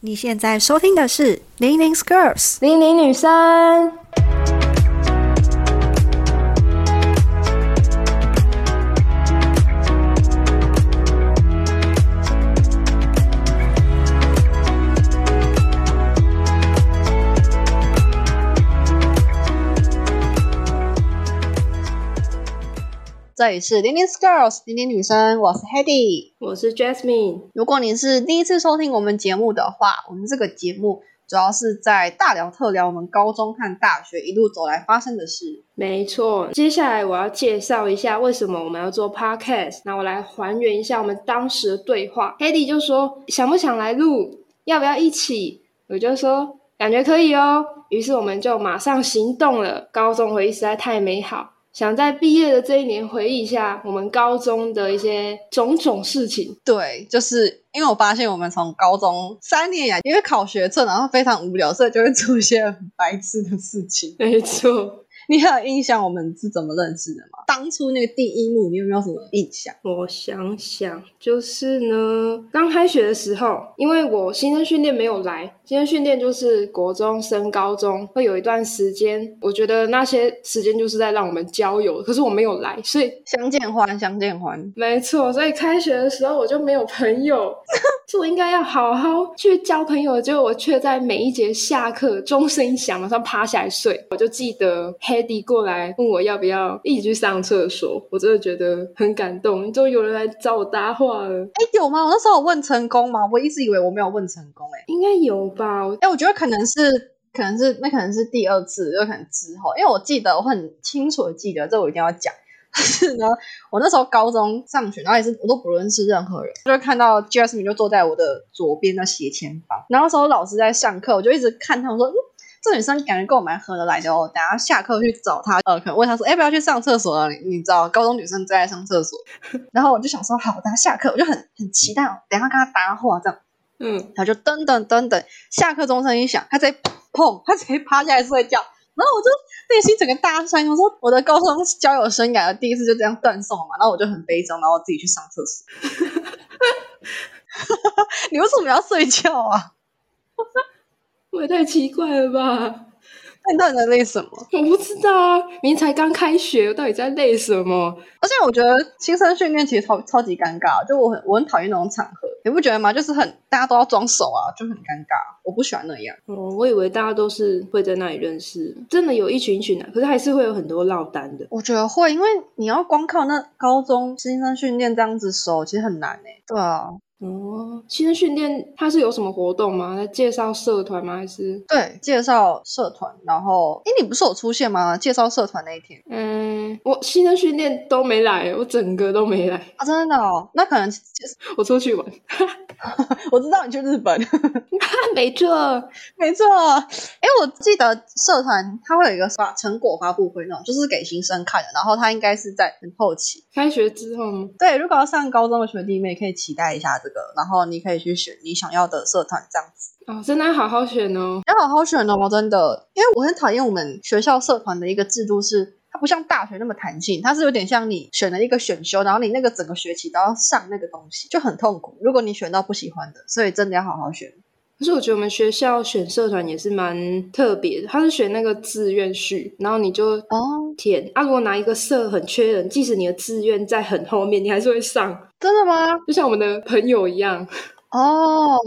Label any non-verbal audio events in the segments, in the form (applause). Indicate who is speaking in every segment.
Speaker 1: 你现在收听的是《零零 Girls》，
Speaker 2: 零零女生，
Speaker 3: 这里是零零 Girls 零零女生，我是 Hedy。
Speaker 2: 我是 Jasmine。
Speaker 3: 如果你是第一次收听我们节目的话，我们这个节目主要是在大聊特聊我们高中和大学一路走来发生的事。
Speaker 2: 没错，接下来我要介绍一下为什么我们要做 podcast。那我来还原一下我们当时的对话。Hedy 就说想不想来录，要不要一起？我就说感觉可以哦。于是我们就马上行动了。高中回忆实在太美好，想在毕业的这一年回忆一下我们高中的一些种种事情。
Speaker 3: 对，就是因为我发现我们从高中三年以啊来，因为考学测，然后非常无聊，所以就会做一些很白痴的事情。
Speaker 2: 没错。
Speaker 3: 你还有印象我们是怎么认识的吗？当初那个第一幕，你有没有什么印象？
Speaker 2: 我想想，就是呢，刚开学的时候，因为我新生训练没有来，新生训练就是国中升高中会有一段时间，我觉得那些时间就是在让我们交友，可是我没有来，所以
Speaker 3: 相见欢，相见欢。
Speaker 2: 没错，所以开学的时候我就没有朋 (laughs) 友，是我应该要好好去交朋友，结果我却在每一节下课钟声一响，马上趴下来睡。我就记得 Hedy 过来问我要不要一起去上厕所，我真的觉得很感动，终于有人来找我搭话了，
Speaker 3: 哎，有吗？我那时候有问成功吗？我一直以为我没有问成功、哎。
Speaker 2: 应该有吧？我
Speaker 3: 哎、我觉得可能是，可能是那可能是第二次，有可能之后，因为我记得我很清楚的记得，这我一定要讲。 (laughs) 就是呢，我那时候高中上学，然后也是我都不认识任何人，就会看到 Jasmine 就坐在我的左边的斜前方，然后那时候老师在上课，我就一直看他们说，嗯，这女生感觉跟我蛮合得来的哦，等下下课去找她，呃，可能问她说，哎、要不要去上厕所啊？你你知道，高中女生最爱上厕所， (laughs) 然后我就想说，好，等下下课，我就很很期待，哦等下跟她搭话这样。
Speaker 2: 嗯，
Speaker 3: 他就噔噔噔噔，下课钟声一响，他直接砰，他直接趴下来睡觉。然后我就内心整个大酸，我说我的高中交友生涯的第一次就这样断送了嘛。然后我就很悲伤，然后我自己去上厕所。 (laughs) 你为什么要睡觉啊？
Speaker 2: 我也太奇怪了吧？
Speaker 3: 那你到底在累什么？
Speaker 2: 我不知道啊，明明才刚开学，我到底在累什么？
Speaker 3: 而且我觉得新生训练其实超超级尴尬，就我很我很讨厌那种场合，你不觉得吗？就是很大家都要装熟啊，就很尴尬，我不喜欢那样。
Speaker 2: 哦，我以为大家都是会在那里认识，真的有一群一群的、啊可是还是会有很多落单的。
Speaker 3: 我觉得会，因为你要光靠那高中新生训练这样子熟，其实很难诶、对啊，
Speaker 2: 哦，新生训练它是有什么活动吗？在介绍社团吗？还是
Speaker 3: 对，介绍社团，然后诶，你不是有出现吗？介绍社团那一天
Speaker 2: 嗯，我新生训练都没来，我整个都没来， (laughs)
Speaker 3: 啊，真的哦，那可能其实 (laughs)
Speaker 2: 我出去玩。
Speaker 3: 我知道你去日本，
Speaker 2: 没错，
Speaker 3: 没错。哦诶，我记得社团它会有一个发成果发布会那种，就是给新生看的，然后它应该是在很后期。
Speaker 2: 开学之后吗？
Speaker 3: 对，如果要上高中的学弟妹可以期待一下这个，然后你可以去选你想要的社团这样子。
Speaker 2: 哦，真的要好好选哦。
Speaker 3: 要好好选哦，真的，因为我很讨厌我们学校社团的一个制度是。它不像大学那么弹性，它是有点像你选了一个选修，然后你那个整个学期都要上那个东西，就很痛苦。如果你选到不喜欢的，所以真的要好好选。
Speaker 2: 可是我觉得我们学校选社团也是蛮特别的，他是选那个志愿序，然后你就
Speaker 3: 哦，
Speaker 2: 填啊。如果拿一个社很缺人，即使你的志愿在很后面，你还是会上，
Speaker 3: 真的吗？
Speaker 2: 就像我们的朋友一样，
Speaker 3: 哦，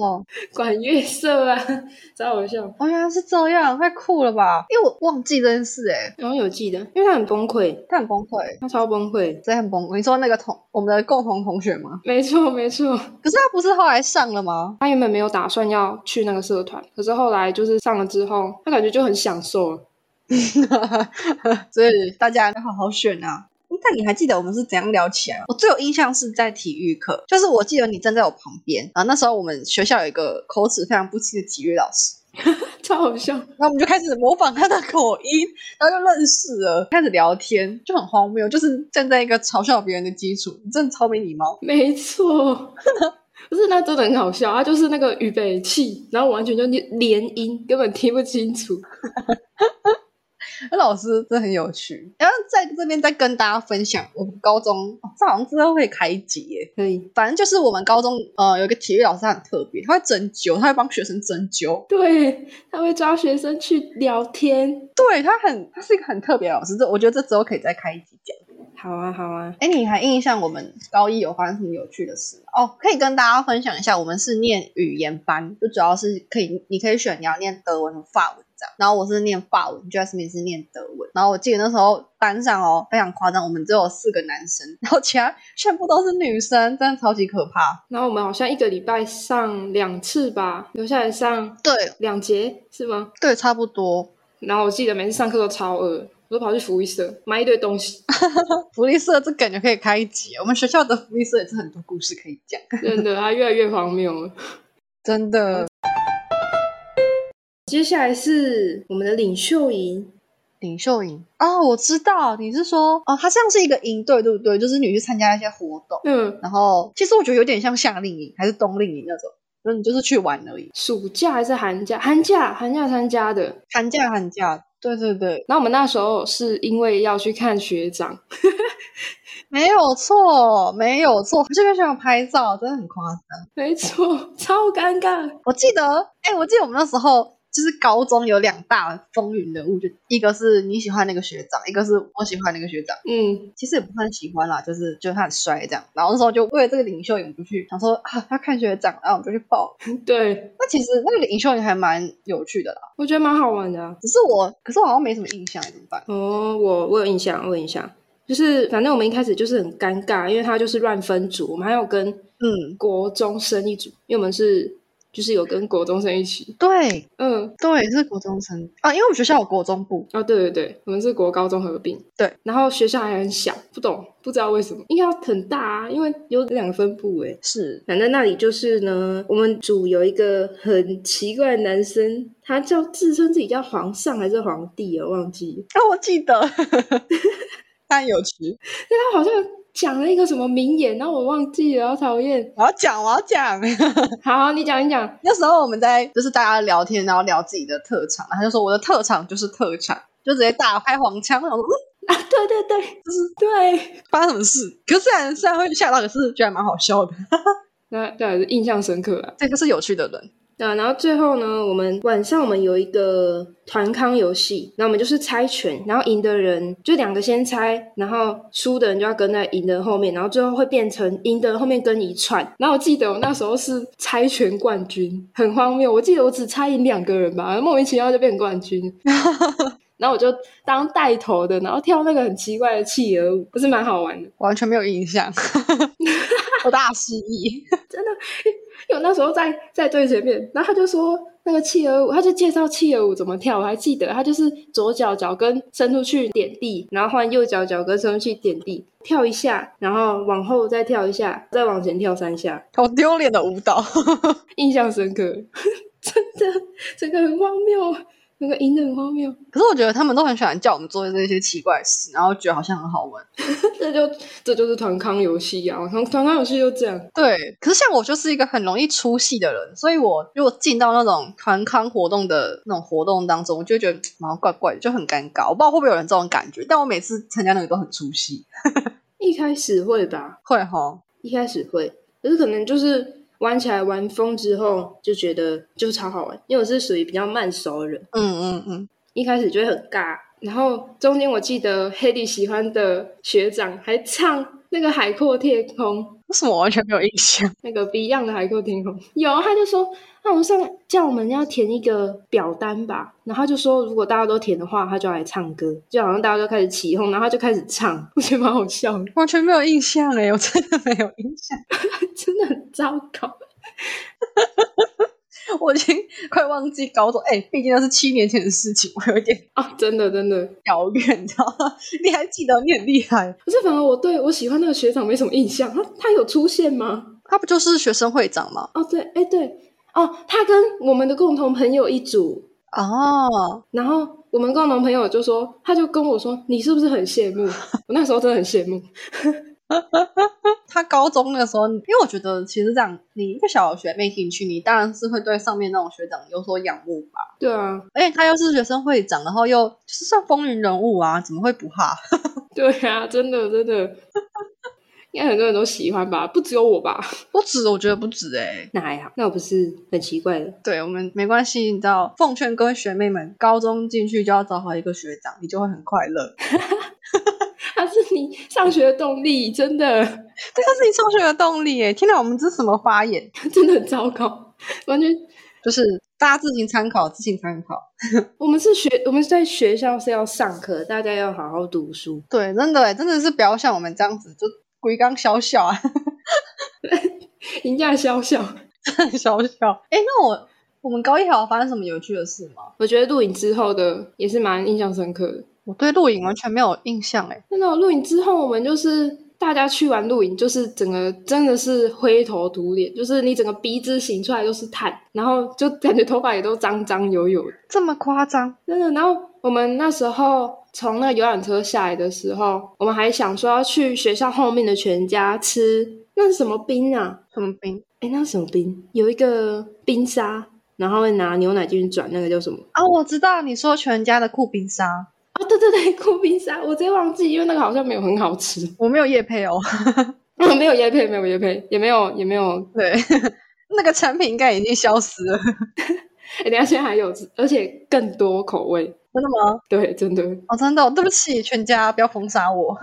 Speaker 2: 管乐社啊， (laughs) 超好笑。
Speaker 3: 哦，原来是这样，太酷了吧！因为我忘记这件事、哎，
Speaker 2: 然后有记得，因为他很崩溃，
Speaker 3: 他很崩溃，
Speaker 2: 他超崩溃。
Speaker 3: 真的很崩溃。你说那个同我们的共同同学吗？
Speaker 2: 没错，没错。
Speaker 3: 可是他不是后来上了吗？
Speaker 2: 他原本没有打算要去那个社团，可是后来就是上了之后，他感觉就很享受了。 (laughs)
Speaker 3: (laughs) 所以大家要好好选啊。但你还记得我们是怎样聊起来吗？我最有印象是在体育课，就是我记得你站在我旁边，然后那时候我们学校有一个口齿非常不清的体育老师，
Speaker 2: 超好笑，
Speaker 3: 然后我们就开始模仿他的口音，然后就认识了，开始聊天，就很荒谬，就是站在一个嘲笑别人的基础，你真的超没礼貌。
Speaker 2: 没错， (laughs) 不是那真的很好笑，他就是那个预备器，然后完全就连音，根本听不清楚。
Speaker 3: 那老师真的很有趣。然后在这边再跟大家分享，我们高中、哦这好像之后会开一集耶。
Speaker 2: 可以，
Speaker 3: 反正就是我们高中呃有一个体育老师，他很特别，他会针灸，他会帮学生针灸。
Speaker 2: 对，他会抓学生去聊天。
Speaker 3: 对他很，他是一个很特别的老师。这我觉得这之后可以再开一集讲。
Speaker 2: 好啊，好啊，
Speaker 3: 哎，你还印象我们高一有发生什么有趣的事吗哦？可以跟大家分享一下，我们是念语言班，就主要是可以，你可以选你要念德文和法文这样。然后我是念法文，Jasmine 是念德文。然后我记得那时候班上哦非常夸张，我们只有四个男生，然后其他全部都是女生，真的超级可怕。
Speaker 2: 然后我们好像一个礼拜上两次吧，留下来上
Speaker 3: 对
Speaker 2: 两节是吗？
Speaker 3: 对，差不多。
Speaker 2: 然后我记得每次上课都超饿，我都跑去福利社买一堆东西， (laughs)
Speaker 3: 福利社这感觉可以开一集，我们学校的福利社也是很多故事可以讲，
Speaker 2: 真的，它越来越荒谬了。
Speaker 3: 真的。
Speaker 2: 接下来是我们的领袖营，
Speaker 3: 领袖营哦，我知道你是说哦，它像是一个营队，对不对？就是你去参加一些活动，
Speaker 2: 嗯，
Speaker 3: 然后其实我觉得有点像夏令营还是冬令营那种，就是你就是去玩而已。
Speaker 2: 暑假还是寒假？寒假，寒假参加的。
Speaker 3: 寒假寒假，对对对，
Speaker 2: 然后我们那时候是因为要去看学长，
Speaker 3: 没有错没有错，这边学长拍照真的很夸张。
Speaker 2: 没错， (laughs) 超尴尬。
Speaker 3: 我记得，哎，我记得我们那时候。就是高中有两大风云人物，就一个是你喜欢那个学长，一个是我喜欢那个学长。
Speaker 2: 嗯，
Speaker 3: 其实也不算喜欢啦，就是觉得他很帅这样。然后那时候就为了这个领袖营，我就去想说啊，要看学长，然后我就去报。
Speaker 2: 对，
Speaker 3: 那其实那个领袖营还蛮有趣的啦，
Speaker 2: 我觉得蛮好玩的啊、
Speaker 3: 只是我，可是我好像没什么印象，怎么办？
Speaker 2: 哦，我我有印象，我有印象，就是反正我们一开始就是很尴尬，因为他就是乱分组，我们还有跟
Speaker 3: 嗯，
Speaker 2: 国中生一组，因为我们是就是有跟国中生一起，
Speaker 3: 对
Speaker 2: 嗯，
Speaker 3: 对，是国中生啊，因为我们学校有国中部，
Speaker 2: 哦，对对对，我们是国高中合并，
Speaker 3: 对，
Speaker 2: 然后学校还很小，不懂不知道为什么，应该要很大啊，因为有两个分部诶。
Speaker 3: 是
Speaker 2: 反正那里就是呢，我们组有一个很奇怪的男生，他叫自称自己叫皇上还是皇帝啊，忘记了。
Speaker 3: 啊，我记 (laughs) 得，但有趣，
Speaker 2: 他好像讲了一个什么名言，然后我忘记了，好讨厌。
Speaker 3: 我要讲，我要讲。
Speaker 2: 好，你讲一讲。
Speaker 3: (laughs) 那时候我们在就是大家聊天，然后聊自己的特长，然后他就说我的特长就是特长，就直接大拍黄腔，我想说嗯
Speaker 2: 啊，对对对，就是对，
Speaker 3: 发生什么事？可是虽然虽然会吓到，可是觉得蛮好笑的。
Speaker 2: 那当然是印象深刻啊。
Speaker 3: 这个是有趣的人，
Speaker 2: 那然后最后呢，我们晚上我们有一个团康游戏，那我们就是猜拳，然后赢的人就两个先猜，然后输的人就要跟在赢的人后面，然后最后会变成赢的人后面跟一串。然后我记得我那时候是猜拳冠军，很荒谬。我记得我只猜赢两个人吧，莫名其妙就变冠军。然后我就当带头的，然后跳那个很奇怪的企鹅舞，不是蛮好玩的。
Speaker 3: 完全没有印象， (laughs) 我大失忆。
Speaker 2: 因为我那时候在在最前面，然后他就说那个企鹅舞，他就介绍企鹅舞怎么跳，我还记得，他就是左脚脚跟伸出去点地，然后换右脚脚跟伸出去点地，跳一下，然后往后再跳一下，再往前跳三下，
Speaker 3: 好丢脸的舞蹈。 (laughs)
Speaker 2: 印象深刻， (laughs) 真的，整个很荒谬，那个赢得很荒谬， (laughs)
Speaker 3: 可是我觉得他们都很喜欢叫我们做这些奇怪的事，然后觉得好像很好玩。
Speaker 2: 这就这就是团康游戏啊，团团康游戏就这样，
Speaker 3: 对，可是像我就是一个很容易出戏的人，所以我如果进到那种团康活动的那种活动当中，我就会觉得嗯好像怪怪的，就很尴尬。我不知道会不会有人这种感觉，但我每次参加那个都很出戏。
Speaker 2: 一开始会吧，
Speaker 3: 会哈，
Speaker 2: 一开始会，可是可能就是玩起来玩疯之后，就觉得就超好玩。因为我是属于比较慢熟的人，
Speaker 3: 嗯嗯嗯，
Speaker 2: 一开始就会很尬。然后中间我记得黑弟喜欢的学长还唱那个《海阔天空》，
Speaker 3: 为什么我完全没有印象？ (laughs)
Speaker 2: 那个 Beyond 的《海阔天空》有，啊他就说那我们上叫我们要填一个表单吧，然后他就说如果大家都填的话，他就要来唱歌，就好像大家都开始起哄，然后他就开始唱，我觉得蛮好笑的， (laughs)
Speaker 3: 完全没有印象哎，我真的没有印象，
Speaker 2: 真的很糟糕。
Speaker 3: 我已经快忘记高中哎，毕竟那是七年前的事情，我有一点
Speaker 2: 啊，真的真的，
Speaker 3: 遥远，你知道吗？ (laughs) 你还记得，你很厉害。
Speaker 2: 可是反而我对我喜欢那个学长没什么印象，他他有出现吗？
Speaker 3: 他不就是学生会长吗？
Speaker 2: 哦，对，哎对，哦，他跟我们的共同朋友一组，
Speaker 3: 哦，
Speaker 2: 然后我们共同朋友就说， (laughs) 他就跟我说，你是不是很羡慕？我那时候真的很羡慕，
Speaker 3: 他高中那个时候，因为我觉得其实这样，你一个小学妹进去，你当然是会对上面那种学长有所仰慕吧。
Speaker 2: 对啊，
Speaker 3: 而且他又是学生会长，然后又就是算风云人物啊，怎么会不怕？ (laughs)
Speaker 2: 对啊，真的真的，应该很多人都喜欢吧，不只有我吧？
Speaker 3: 不止，我觉得不止哎、
Speaker 2: 那还好，那我不是很奇怪的。
Speaker 3: 对我们没关系，你知道，奉劝各位学妹们，高中进去就要找好一个学长，你就会很快乐。
Speaker 2: 它是你上学的动力，真的
Speaker 3: 这就是你上学的动力哎！天哪，我们这是什么发言？
Speaker 2: 真的很糟糕，完全
Speaker 3: 就是大家自行参考，自行参考。
Speaker 2: 我们是学，我们在学校是要上课，大家要好好读书。
Speaker 3: 对，真的耶真的是不要像我们这样子，就鬼刚小小啊， (laughs)
Speaker 2: 人家笑笑，
Speaker 3: 小小。哎，那我我们高一还有发生什么有趣的事吗？
Speaker 2: 我觉得录影之后的也是蛮印象深刻的。
Speaker 3: 我对录影完全没有印象哎。
Speaker 2: 真的，录影之后我们就是大家去完录影，就是整个真的是灰头土脸，就是你整个鼻子醒出来都是汗，然后就感觉头发也都脏脏油油的。
Speaker 3: 这么夸张？
Speaker 2: 真的。然后我们那时候从那个游览车下来的时候，我们还想说要去学校后面的全家吃那是什么冰啊？
Speaker 3: 什么冰
Speaker 2: 哎，那是什么冰？有一个冰沙，然后会拿牛奶进去转，那个叫什么？
Speaker 3: 啊？我知道你说全家的酷冰沙，
Speaker 2: 啊、对对对，酷冰沙，我直接忘记，因为那个好像没有很好吃，
Speaker 3: 我没有夜配哦。 (laughs)
Speaker 2: 没有椰配，没有椰配，也没有也没有。
Speaker 3: 对， (laughs) 那个产品应该已经消失了。
Speaker 2: 哎，等一下现在还有，而且更多口味。
Speaker 3: 真的吗？
Speaker 2: 对，真的，
Speaker 3: 哦，真的哦、对不起，全家不要封杀我。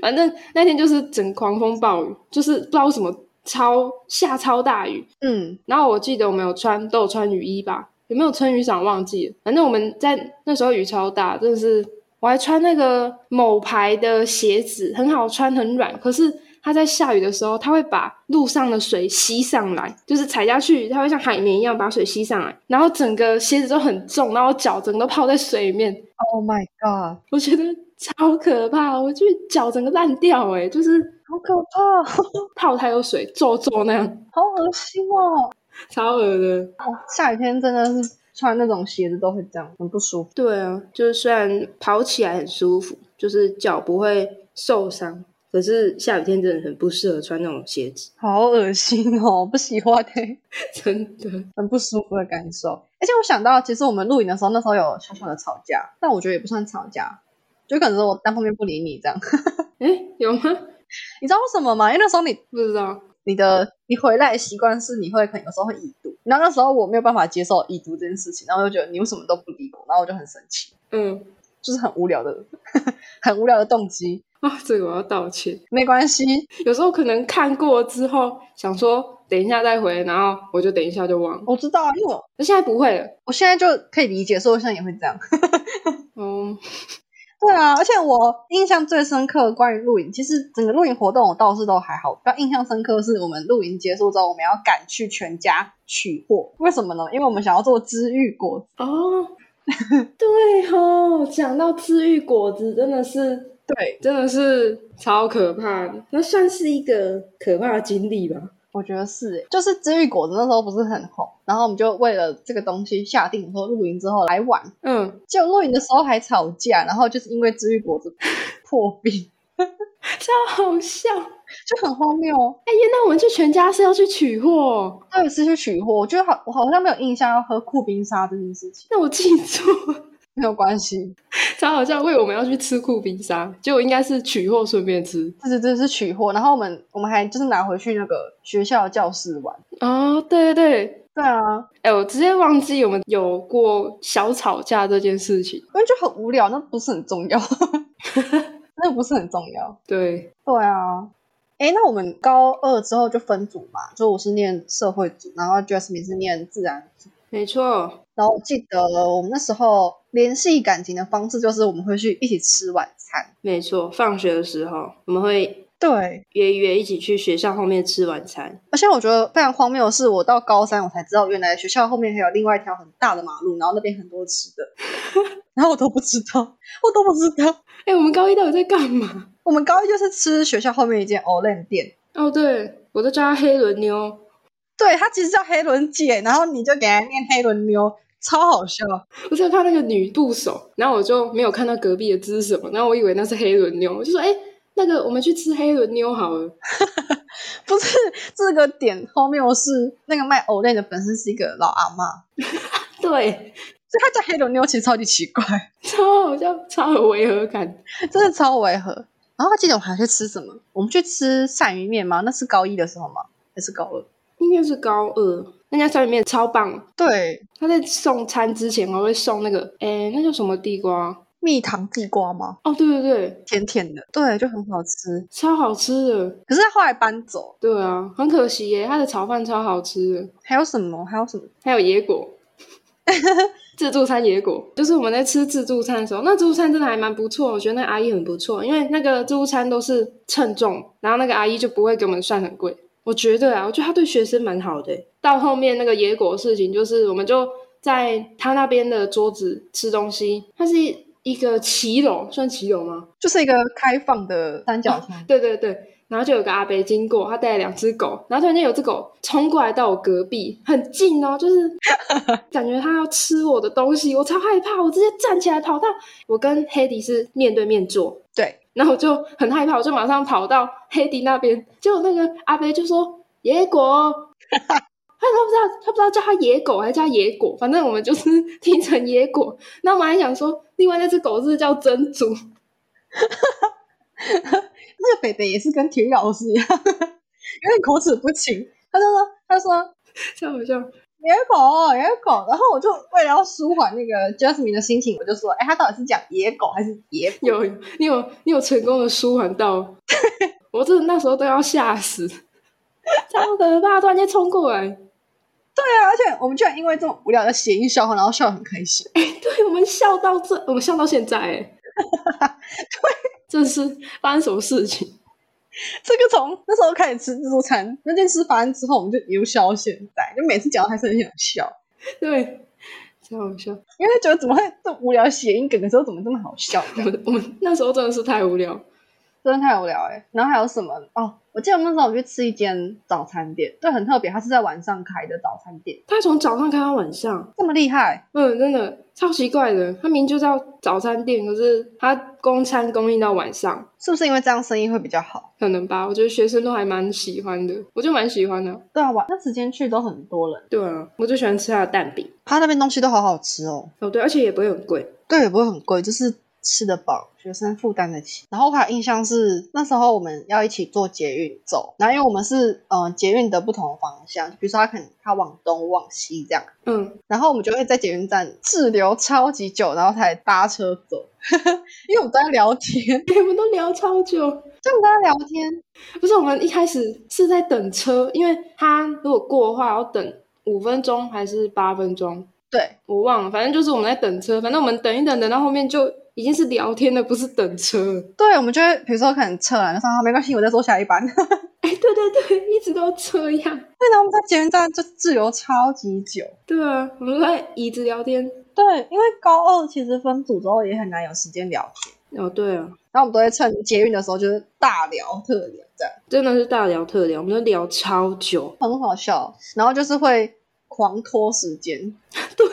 Speaker 2: 反正那天就是整狂风暴雨，就是不知道为什么超下超大雨，
Speaker 3: 嗯，
Speaker 2: 然后我记得我们有穿都有穿雨衣吧，有没有撑雨伞忘记了。反正我们在那时候雨超大，真的是我还穿那个某牌的鞋子，很好穿，很软。可是它在下雨的时候，它会把路上的水吸上来，就是踩下去，它会像海绵一样把水吸上来，然后整个鞋子都很重，然后脚整个都泡在水里面，
Speaker 3: Oh my god，
Speaker 2: 我觉得超可怕，我就脚整个烂掉诶、就是
Speaker 3: 好可怕，
Speaker 2: 泡太多水，皱皱那样，
Speaker 3: 好恶心哦！
Speaker 2: 超恶的。
Speaker 3: 下雨天真的是穿那种鞋子都会这样，很不舒服。
Speaker 2: 对啊，就是虽然跑起来很舒服，就是脚不会受伤，可是下雨天真的很不适合穿那种鞋子， (laughs)
Speaker 3: 好恶心哦，不喜欢哎、
Speaker 2: 真的。
Speaker 3: 很不舒服的感受。而且我想到，其实我们录影的时候，那时候有小小的吵架，但我觉得也不算吵架，就可能是我单方面不理你这样。 (laughs)
Speaker 2: 哎，有吗？
Speaker 3: 你知道为什么吗？因为那时候你
Speaker 2: 不知道。
Speaker 3: 你的你回来的习惯是你会可能有时候会已读，然后那时候我没有办法接受已读这件事情，然后我就觉得你为什么都不理我，然后我就很生气，
Speaker 2: 嗯，
Speaker 3: 就是很无聊的， (laughs) 很无聊的动机。
Speaker 2: 啊，这个我要道歉。
Speaker 3: 没关系，
Speaker 2: 有时候可能看过之后，想说等一下再回，然后我就等一下就忘了。
Speaker 3: 我知道，啊因为我
Speaker 2: 那现在不会了。
Speaker 3: 我现在就可以理解，所以我现在也会这样。
Speaker 2: 嗯，
Speaker 3: 对啊，而且我印象最深刻关于露营，其实整个露营活动我倒是都还好，比较印象深刻是我们露营结束之后，我们要赶去全家取货，为什么呢？因为我们想要做知遇果子。
Speaker 2: 哦， (laughs) 对哦，讲到治愈果子，真的是
Speaker 3: 对，
Speaker 2: 真的是超可怕的，那算是一个可怕的经历吧。
Speaker 3: 我觉得是欸，就是知遇果子那时候不是很红，然后我们就为了这个东西下定说露营之后来玩，
Speaker 2: 嗯，
Speaker 3: 结果露营的时候还吵架，然后就是因为知遇果子破冰，
Speaker 2: 超好笑。
Speaker 3: 就很荒谬哦。
Speaker 2: 哎呀，那我们去全家是要去取货哦，
Speaker 3: 还有一次去取货，我觉得好，我好像没有印象要喝酷冰沙这件事情，
Speaker 2: 那我记错了，
Speaker 3: 没有关系，
Speaker 2: (laughs) 超好笑。为我们要去吃酷冰沙，结果应该是取货顺便吃。
Speaker 3: 对对对，是取货，然后我们我们还就是拿回去那个学校的教室玩。
Speaker 2: 哦，对对对，
Speaker 3: 对啊，
Speaker 2: 哎，我直接忘记我们有过小吵架这件事情。
Speaker 3: 因为就很无聊，那不是很重要， (laughs) 那不是很重要。
Speaker 2: 对，
Speaker 3: 对啊，哎，那我们高二之后就分组嘛，就我是念社会组，然后 Jasmine 是念自然组。
Speaker 2: 没错，
Speaker 3: 然后我记得我们那时候联系感情的方式就是我们会去一起吃晚餐。
Speaker 2: 没错。放学的时候，我们会
Speaker 3: 对，
Speaker 2: 约一约一起去学校后面吃晚餐。
Speaker 3: 而且我觉得非常荒谬的是，我到高三我才知道，原来学校后面还有另外一条很大的马路，然后那边很多吃的，然后我都不知道，我都不知道。
Speaker 2: 哎，我们高一到底在干嘛？
Speaker 3: 我们高一就是吃学校后面一间 Olen 店，
Speaker 2: 哦，对，我都叫它黑轮妞。
Speaker 3: 对，它其实叫黑轮姐，然后你就给它念黑轮妞，超好笑。
Speaker 2: 我只有看那个女部首，然后我就没有看到隔壁的字是什么，然后我以为那是黑轮妞，我就说：“哎、那个我们去吃黑轮妞好了。
Speaker 3: 不是这个点后面我是那个卖藕类的本身是一个老阿妈，所
Speaker 2: 对，
Speaker 3: 以她叫黑轮妞其实超级奇怪，
Speaker 2: (laughs) 超好笑，超有违和感。
Speaker 3: 真的超违和。然后记得我们还去吃什么？我们去吃鳝鱼面吗？那是高一的时候吗？还是高二？
Speaker 2: 应该是高二，那家小里面超棒。
Speaker 3: 对，
Speaker 2: 他在送餐之前还会送那个，哎，那叫什么地瓜？
Speaker 3: 蜜糖地瓜吗？
Speaker 2: 哦，对对对，
Speaker 3: 甜甜的，对，就很好吃。
Speaker 2: 超好吃的。
Speaker 3: 可是他后来搬走，
Speaker 2: 对啊，很可惜耶，他的炒饭超好吃的，
Speaker 3: 还有什么？还有什么？
Speaker 2: 还有野果。自助餐野果，就是我们在吃自助餐的时候，那自助餐真的还蛮不错，我觉得那阿姨很不错，因为那个自助餐都是称重，然后那个阿姨就不会给我们算很贵。我觉得啊，我觉得她对学生蛮好的欸。到后面那个野果的事情，就是我们就在她那边的桌子吃东西，它是一个骑楼，算骑楼吗？
Speaker 3: 就是一个开放的三角形。
Speaker 2: 对对对，然后就有个阿伯经过，他带了两只狗，然后突然间有只狗冲过来到我隔壁，很近哦，就是感觉它要吃我的东西，我超害怕，我直接站起来跑到我跟黑迪是面对面坐，
Speaker 3: 对，
Speaker 2: 然后我就很害怕，我就马上跑到黑迪那边，结果那个阿伯就说野果。他他不知道，他不知道叫他野狗还是叫野果，反正我们就是听成野果。那我们还想说，另外那只狗是叫珍珠， (laughs)
Speaker 3: 那个北北也是跟体育老师一样，有 (laughs) 点口齿不清。他就说，他就说
Speaker 2: 超好笑。
Speaker 3: 野狗，野狗。然后我就为了要舒缓那个 Jasmine 的心情，我就说，哎，他到底是讲野狗还是野狗？
Speaker 2: 有你有你有成功的舒缓到，我真的那时候都要吓死，超可怕！突然间冲过来，
Speaker 3: 对啊，而且我们居然因为这种无聊的谐音笑话，然后笑得很开心。 (laughs)
Speaker 2: 对我们笑到这，我们笑到现在、欸，对，这是发生什么事情？
Speaker 3: 这个从那时候开始吃自助餐，那件事发生之后，我们就一路笑到现在，就每次讲到还是很想笑，
Speaker 2: 对，超好笑。
Speaker 3: 因为觉得怎么会这么无聊的谐音梗的时候怎么这么好笑？
Speaker 2: 我们我们那时候真的是太无聊，
Speaker 3: 真的太无聊哎、然后还有什么哦？我记得那时候我去吃一间早餐店，对，很特别，它是在晚上开的早餐店，
Speaker 2: 他从早上开到晚上，
Speaker 3: 这么厉害，
Speaker 2: 嗯，真的超奇怪的。他明明就叫早餐店，可是他供餐供应到晚上，
Speaker 3: 是不是因为这样生意会比较好？
Speaker 2: 可能吧？我觉得学生都还蛮喜欢的，我就蛮喜欢的。
Speaker 3: 对啊，晚那时间去都很多人，
Speaker 2: 对啊，我就喜欢吃他的蛋饼。
Speaker 3: 他那边东西都好好吃哦，
Speaker 2: 哦，对，而且也不会很贵。
Speaker 3: 对，也不会很贵，就是吃得饱，学生负担得起。然后我还有印象是那时候我们要一起坐捷运走，然后因为我们是呃捷运的不同方向，比如说他可能他往东往西这样，
Speaker 2: 嗯，
Speaker 3: 然后我们就会在捷运站滞留超级久，然后才搭车走， (laughs) 因为我们都在聊天， (laughs)
Speaker 2: 哎我们都聊超久。
Speaker 3: 就我们都在聊天，
Speaker 2: 不是，我们一开始是在等车，因为他如果过的话要等五分钟还是八分钟，
Speaker 3: 对，
Speaker 2: 我忘了，反正就是我们在等车，反正我们等一等，等到后面就已经是聊天了，不是等车。
Speaker 3: 对，我们就会比如说可能撤了，然后说啊没关系，我再坐下一班。 (laughs) 对，
Speaker 2: 哎，对对对，一直都这样。
Speaker 3: 然后我们在捷运站就滞留超级久。
Speaker 2: 对啊，我们都在椅子聊天。
Speaker 3: 对，因为高二其实分组之后也很难有时间聊天。
Speaker 2: 哦，对啊，
Speaker 3: 然后我们都会趁捷运的时候就是大聊特聊这样，
Speaker 2: 真的是大聊特聊，我们都聊超久。 (laughs)
Speaker 3: 很好笑。然后就是会狂拖时间，
Speaker 2: 对，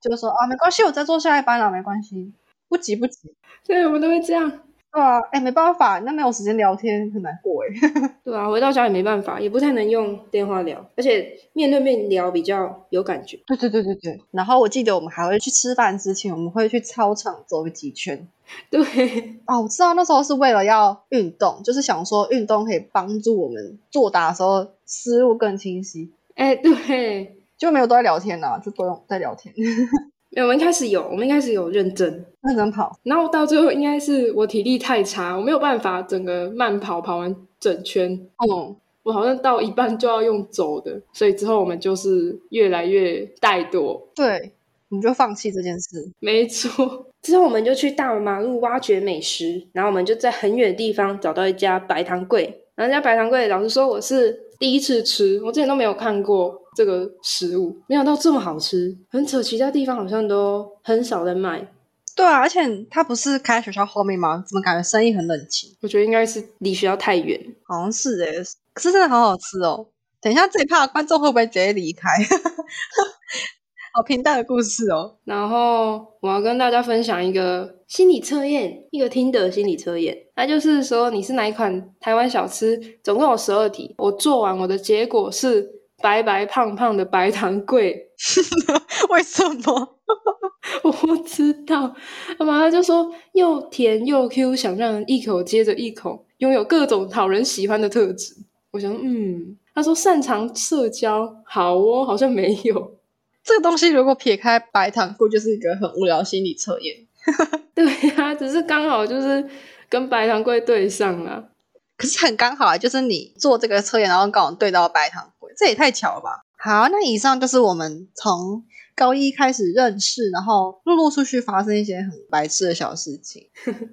Speaker 3: 就是说啊没关系，我再坐下一班了，没关系，不急不急。
Speaker 2: 对，我们都会这样。
Speaker 3: 对啊，哎没办法，那没有时间聊天很难过 (laughs) 哎。
Speaker 2: 对啊，回到家也没办法，也不太能用电话聊，而且面对面聊比较有感觉。 (laughs)
Speaker 3: 对对对对对。然后我记得我们还会去吃饭之前，我们会去操场走几圈。
Speaker 2: 对，
Speaker 3: 哦，我知道那时候是为了要运动，就是想说运动可以帮助我们作答的时候思路更清晰。
Speaker 2: 哎，对，
Speaker 3: 就没有都在聊天呐、啊，就都用在聊天， (laughs)
Speaker 2: 没有我们一开始有，我们一开始有认真，
Speaker 3: 认真跑。
Speaker 2: 然后到最后应该是我体力太差，我没有办法整个慢跑跑完整圈，
Speaker 3: 嗯，
Speaker 2: 我好像到一半就要用走的，所以之后我们就是越来越怠惰。
Speaker 3: 对，你就放弃这件事。
Speaker 2: 没错，之后我们就去大马路挖掘美食，然后我们就在很远的地方找到一家白糖柜，然后那家白糖柜老实说我是第一次吃，我之前都没有看过这个食物，没想到这么好吃，很扯，其他地方好像都很少在卖。
Speaker 3: 对啊，而且他不是开学校后面吗？怎么感觉生意很冷清？
Speaker 2: 我觉得应该是离学校太远，
Speaker 3: 好像是诶、可是真的好好吃哦。等一下这一趴观众会不会直接离开？ (laughs) 好平淡的故事哦。
Speaker 2: 然后我要跟大家分享一个心理测验，一个听的心理测验，它就是说你是哪一款台湾小吃，总共有十二题。我做完我的结果是白白胖胖的白糖桂， (laughs)
Speaker 3: 为什么？
Speaker 2: 我不知道。他妈就说又甜又 Q，想让人一口接着一口，拥有各种讨人喜欢的特质。我想，嗯，他说擅长社交，好哦，好像没有。 (laughs)
Speaker 3: 这个东西如果撇开白糖桂，就是一个很无聊的心理测验。
Speaker 2: 对呀、只是刚好就是跟白糖桂对上啊了。
Speaker 3: 可是很刚好啊，就是你做这个测验，然后刚好对到白糖桂，这也太巧了吧！好，那以上就是我们从高一开始认识，然后陆陆续续发生一些很白痴的小事情。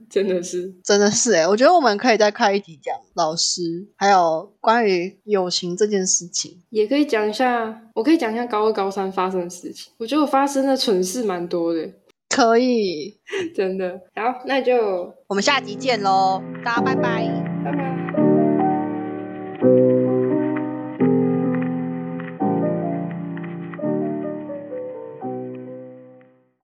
Speaker 2: 真的是
Speaker 3: 真的是欸诶、我觉得我们可以再开一集讲老师，还有关于友情这件事情。
Speaker 2: 也可以讲一下，我可以讲一下高二、高三发生的事情。我觉得我发生的蠢事蛮多的，
Speaker 3: 可以，
Speaker 2: 真的。好，那就
Speaker 3: 我们下集见喽，大家拜拜。
Speaker 2: 拜拜。